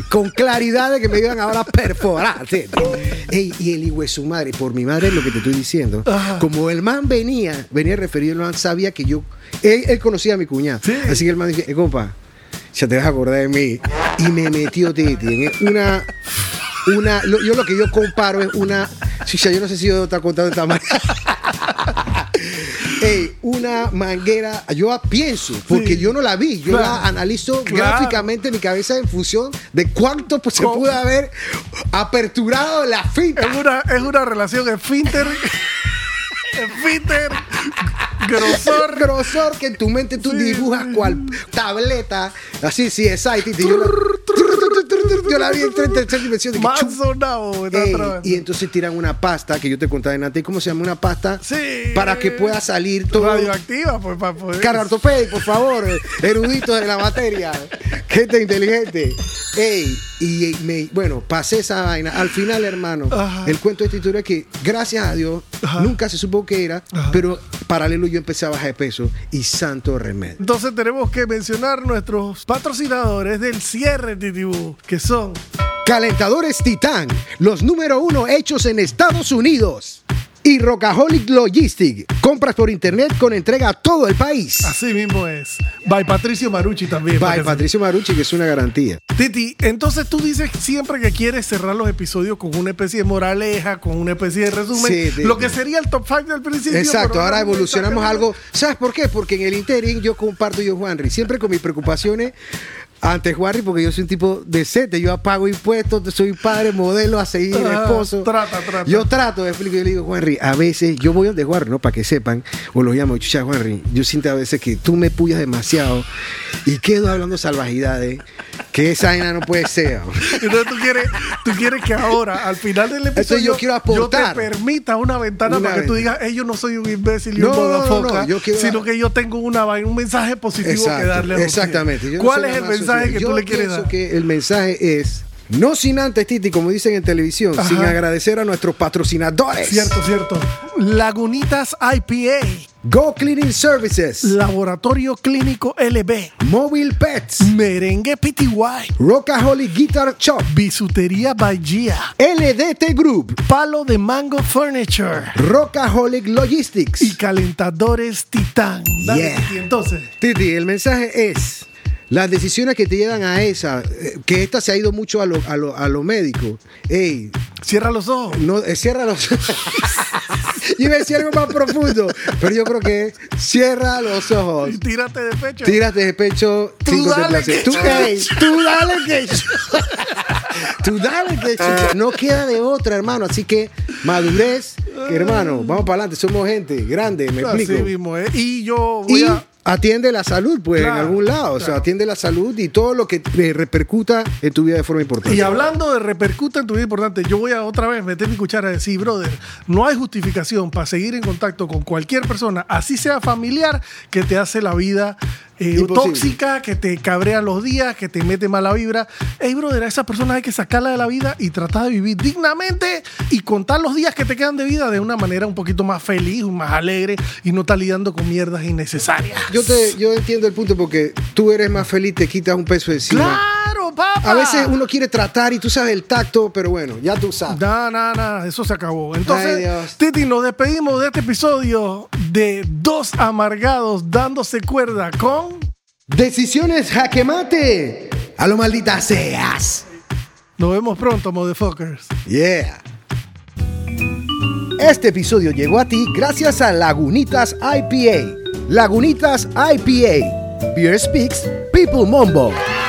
Speaker 2: Con claridad de que me iban ahora a perforar. Titi. Ey, y el hijo de su madre, por mi madre es lo que te estoy diciendo.
Speaker 3: Ajá.
Speaker 2: Como el man venía, venía referido, el man sabía que yo. Él, él conocía a mi cuñada.
Speaker 3: Sí.
Speaker 2: Así que el man dije, eh, compa, ya te vas a acordar de mí. Y me metió Titi en una. Una, lo- yo lo que yo comparo es una. Sí, ya yo no sé si yo te he contado de esta manera. Ey, una manguera, yo pienso, porque
Speaker 3: Sí.
Speaker 2: yo no la vi, yo
Speaker 3: Claro.
Speaker 2: la analizo
Speaker 3: Claro.
Speaker 2: gráficamente en mi cabeza en función de cuánto pues, se
Speaker 3: ¿Cómo?
Speaker 2: pudo haber aperturado la
Speaker 3: Es
Speaker 2: fita.
Speaker 3: una, es una relación esfínter. esfínter. Grosor.
Speaker 2: grosor que en tu mente tú
Speaker 3: Sí,
Speaker 2: dibujas
Speaker 3: sí.
Speaker 2: cual tableta, así, sí, exacto. Yo, la- yo la vi en tres- tercera dimensión. dije,
Speaker 3: Más
Speaker 2: "Chu".
Speaker 3: sonado. está
Speaker 2: Ey,
Speaker 3: trabajando.
Speaker 2: y entonces tiran una pasta que yo te contaba en antes, ¿cómo se llama? Una pasta
Speaker 3: Sí.
Speaker 2: para que pueda salir todo.
Speaker 3: radioactiva, pues para poder.
Speaker 2: Cara ortopédica, por favor, eruditos de la materia, gente inteligente. Ey, y me, bueno, pasé esa vaina. Al final, hermano,
Speaker 3: Ajá.
Speaker 2: el cuento de esta historia es que, gracias a Dios,
Speaker 3: Ajá.
Speaker 2: nunca se supo qué era,
Speaker 3: Ajá.
Speaker 2: pero paralelo yo empecé a bajar de peso y santo remedio.
Speaker 3: Entonces tenemos que mencionar nuestros patrocinadores del cierre, Titibú, que son
Speaker 2: Calentadores Titán, los número uno hechos en Estados Unidos. Y Rockaholic Logistic, Compras por internet con entrega a todo el país.
Speaker 3: Así mismo es. By Patricio Marucci también. para
Speaker 2: Bye,
Speaker 3: que se-
Speaker 2: Patricio Marucci, que es una garantía.
Speaker 3: Titi, entonces tú dices siempre que quieres cerrar los episodios con una especie de moraleja, con una especie de resumen.
Speaker 2: Sí, Titi.
Speaker 3: lo que sería el top 5 del principio.
Speaker 2: Exacto,
Speaker 3: pero
Speaker 2: ahora
Speaker 3: no, no,
Speaker 2: evolucionamos
Speaker 3: está-
Speaker 2: algo. ¿Sabes por qué? Porque en el interim yo comparto yo, Juanri, siempre con mis preocupaciones ante Juanri, porque yo soy un tipo decente, yo pago impuestos, soy padre, modelo, a seguir,
Speaker 3: Ah,
Speaker 2: esposo.
Speaker 3: trata, trata.
Speaker 2: Yo trato, de explico, yo le digo, Juanri, a veces yo voy donde Juanri, ¿no? Para que sepan, o lo llamo, chucha, Juanri, yo siento a veces que tú me puyas demasiado y quedo hablando salvajidades, que esa vaina no puede ser.
Speaker 3: Entonces tú quieres, tú quieres que ahora, al final del
Speaker 2: Entonces
Speaker 3: episodio,
Speaker 2: yo quiero aportar.
Speaker 3: yo te permita una ventana
Speaker 2: Una
Speaker 3: para que tú
Speaker 2: ventana.
Speaker 3: digas, "Ey, yo no soy un imbécil y
Speaker 2: No,
Speaker 3: un
Speaker 2: no, no,
Speaker 3: bodafoca,
Speaker 2: no, yo quiero-
Speaker 3: sino que yo tengo una, vaina, un mensaje positivo que
Speaker 2: Exacto,
Speaker 3: darle a los
Speaker 2: Exactamente.
Speaker 3: clientes".
Speaker 2: Yo no
Speaker 3: ¿Cuál
Speaker 2: soy
Speaker 3: es
Speaker 2: nada
Speaker 3: el
Speaker 2: más
Speaker 3: mensaje
Speaker 2: social.
Speaker 3: que
Speaker 2: Yo
Speaker 3: tú le quieres
Speaker 2: pienso
Speaker 3: dar?
Speaker 2: que el mensaje es, no sin antes, Titi, como dicen en televisión,
Speaker 3: Ajá.
Speaker 2: sin agradecer a nuestros patrocinadores.
Speaker 3: Cierto, cierto. Lagunitas IPA,
Speaker 2: Go Cleaning Services,
Speaker 3: Laboratorio Clínico LB,
Speaker 2: Mobile Pets,
Speaker 3: Merengue PTY,
Speaker 2: Rockaholic Guitar Shop,
Speaker 3: Bisutería by Gia,
Speaker 2: LDT Group,
Speaker 3: Palo de Mango Furniture
Speaker 2: Rockaholic Logistics.
Speaker 3: y Calentadores Titán. Dale,
Speaker 2: Yeah.
Speaker 3: Titi, entonces.
Speaker 2: Titi, el mensaje es, las decisiones que te llevan a esa, eh, que esta se ha ido mucho a lo, a lo, a lo médico. Ey,
Speaker 3: Cierra los ojos.
Speaker 2: No, eh, cierra los ojos. Yo iba a decir algo más profundo, pero yo creo que es, cierra los ojos.
Speaker 3: Y tírate de pecho.
Speaker 2: Tírate de pecho
Speaker 3: Tú
Speaker 2: sin
Speaker 3: dale
Speaker 2: contemplación.
Speaker 3: que
Speaker 2: Tú,
Speaker 3: yo-
Speaker 2: ey, tú dale que yo- Tú dale que yo- No queda de otra, hermano. Así que madurez, que, hermano. Vamos para adelante. Somos gente grande, me
Speaker 3: Así
Speaker 2: explico.
Speaker 3: mismo, ¿eh? Y yo voy
Speaker 2: Y
Speaker 3: a.
Speaker 2: atiende la salud, pues, en
Speaker 3: Claro,
Speaker 2: algún lado. O sea,
Speaker 3: claro.
Speaker 2: atiende la salud y todo lo que eh, repercuta en tu vida de forma importante.
Speaker 3: Y hablando de repercuta en tu vida importante, yo voy a otra vez meter mi cuchara y decir, brother, no hay justificación para seguir en contacto con cualquier persona, así sea familiar, que te hace la vida eh,
Speaker 2: Imposible.
Speaker 3: tóxica, que te cabrea los días, que te mete mala vibra. Hey, brother, a esas personas hay que sacarla de la vida y tratar de vivir dignamente y contar los días que te quedan de vida de una manera un poquito más feliz, más alegre y no estar lidiando con mierdas innecesarias.
Speaker 2: Yo, te, yo entiendo el punto porque tú eres más feliz, te quitas un peso encima.
Speaker 3: ¡Claro, papá!
Speaker 2: A veces uno quiere tratar y tú sabes el tacto, pero bueno, ya tú sabes.
Speaker 3: No, no, no, eso se acabó. Entonces,
Speaker 2: Ay, Dios.
Speaker 3: Titi, nos despedimos de este episodio de Dos Amargados dándose cuerda con.
Speaker 2: Decisiones jaque mate. A lo maldita seas.
Speaker 3: Nos vemos pronto, motherfuckers.
Speaker 2: Yeah. Este episodio llegó a ti gracias a Lagunitas IPA. Lagunitas IPA. Beer Speaks People Mumbo.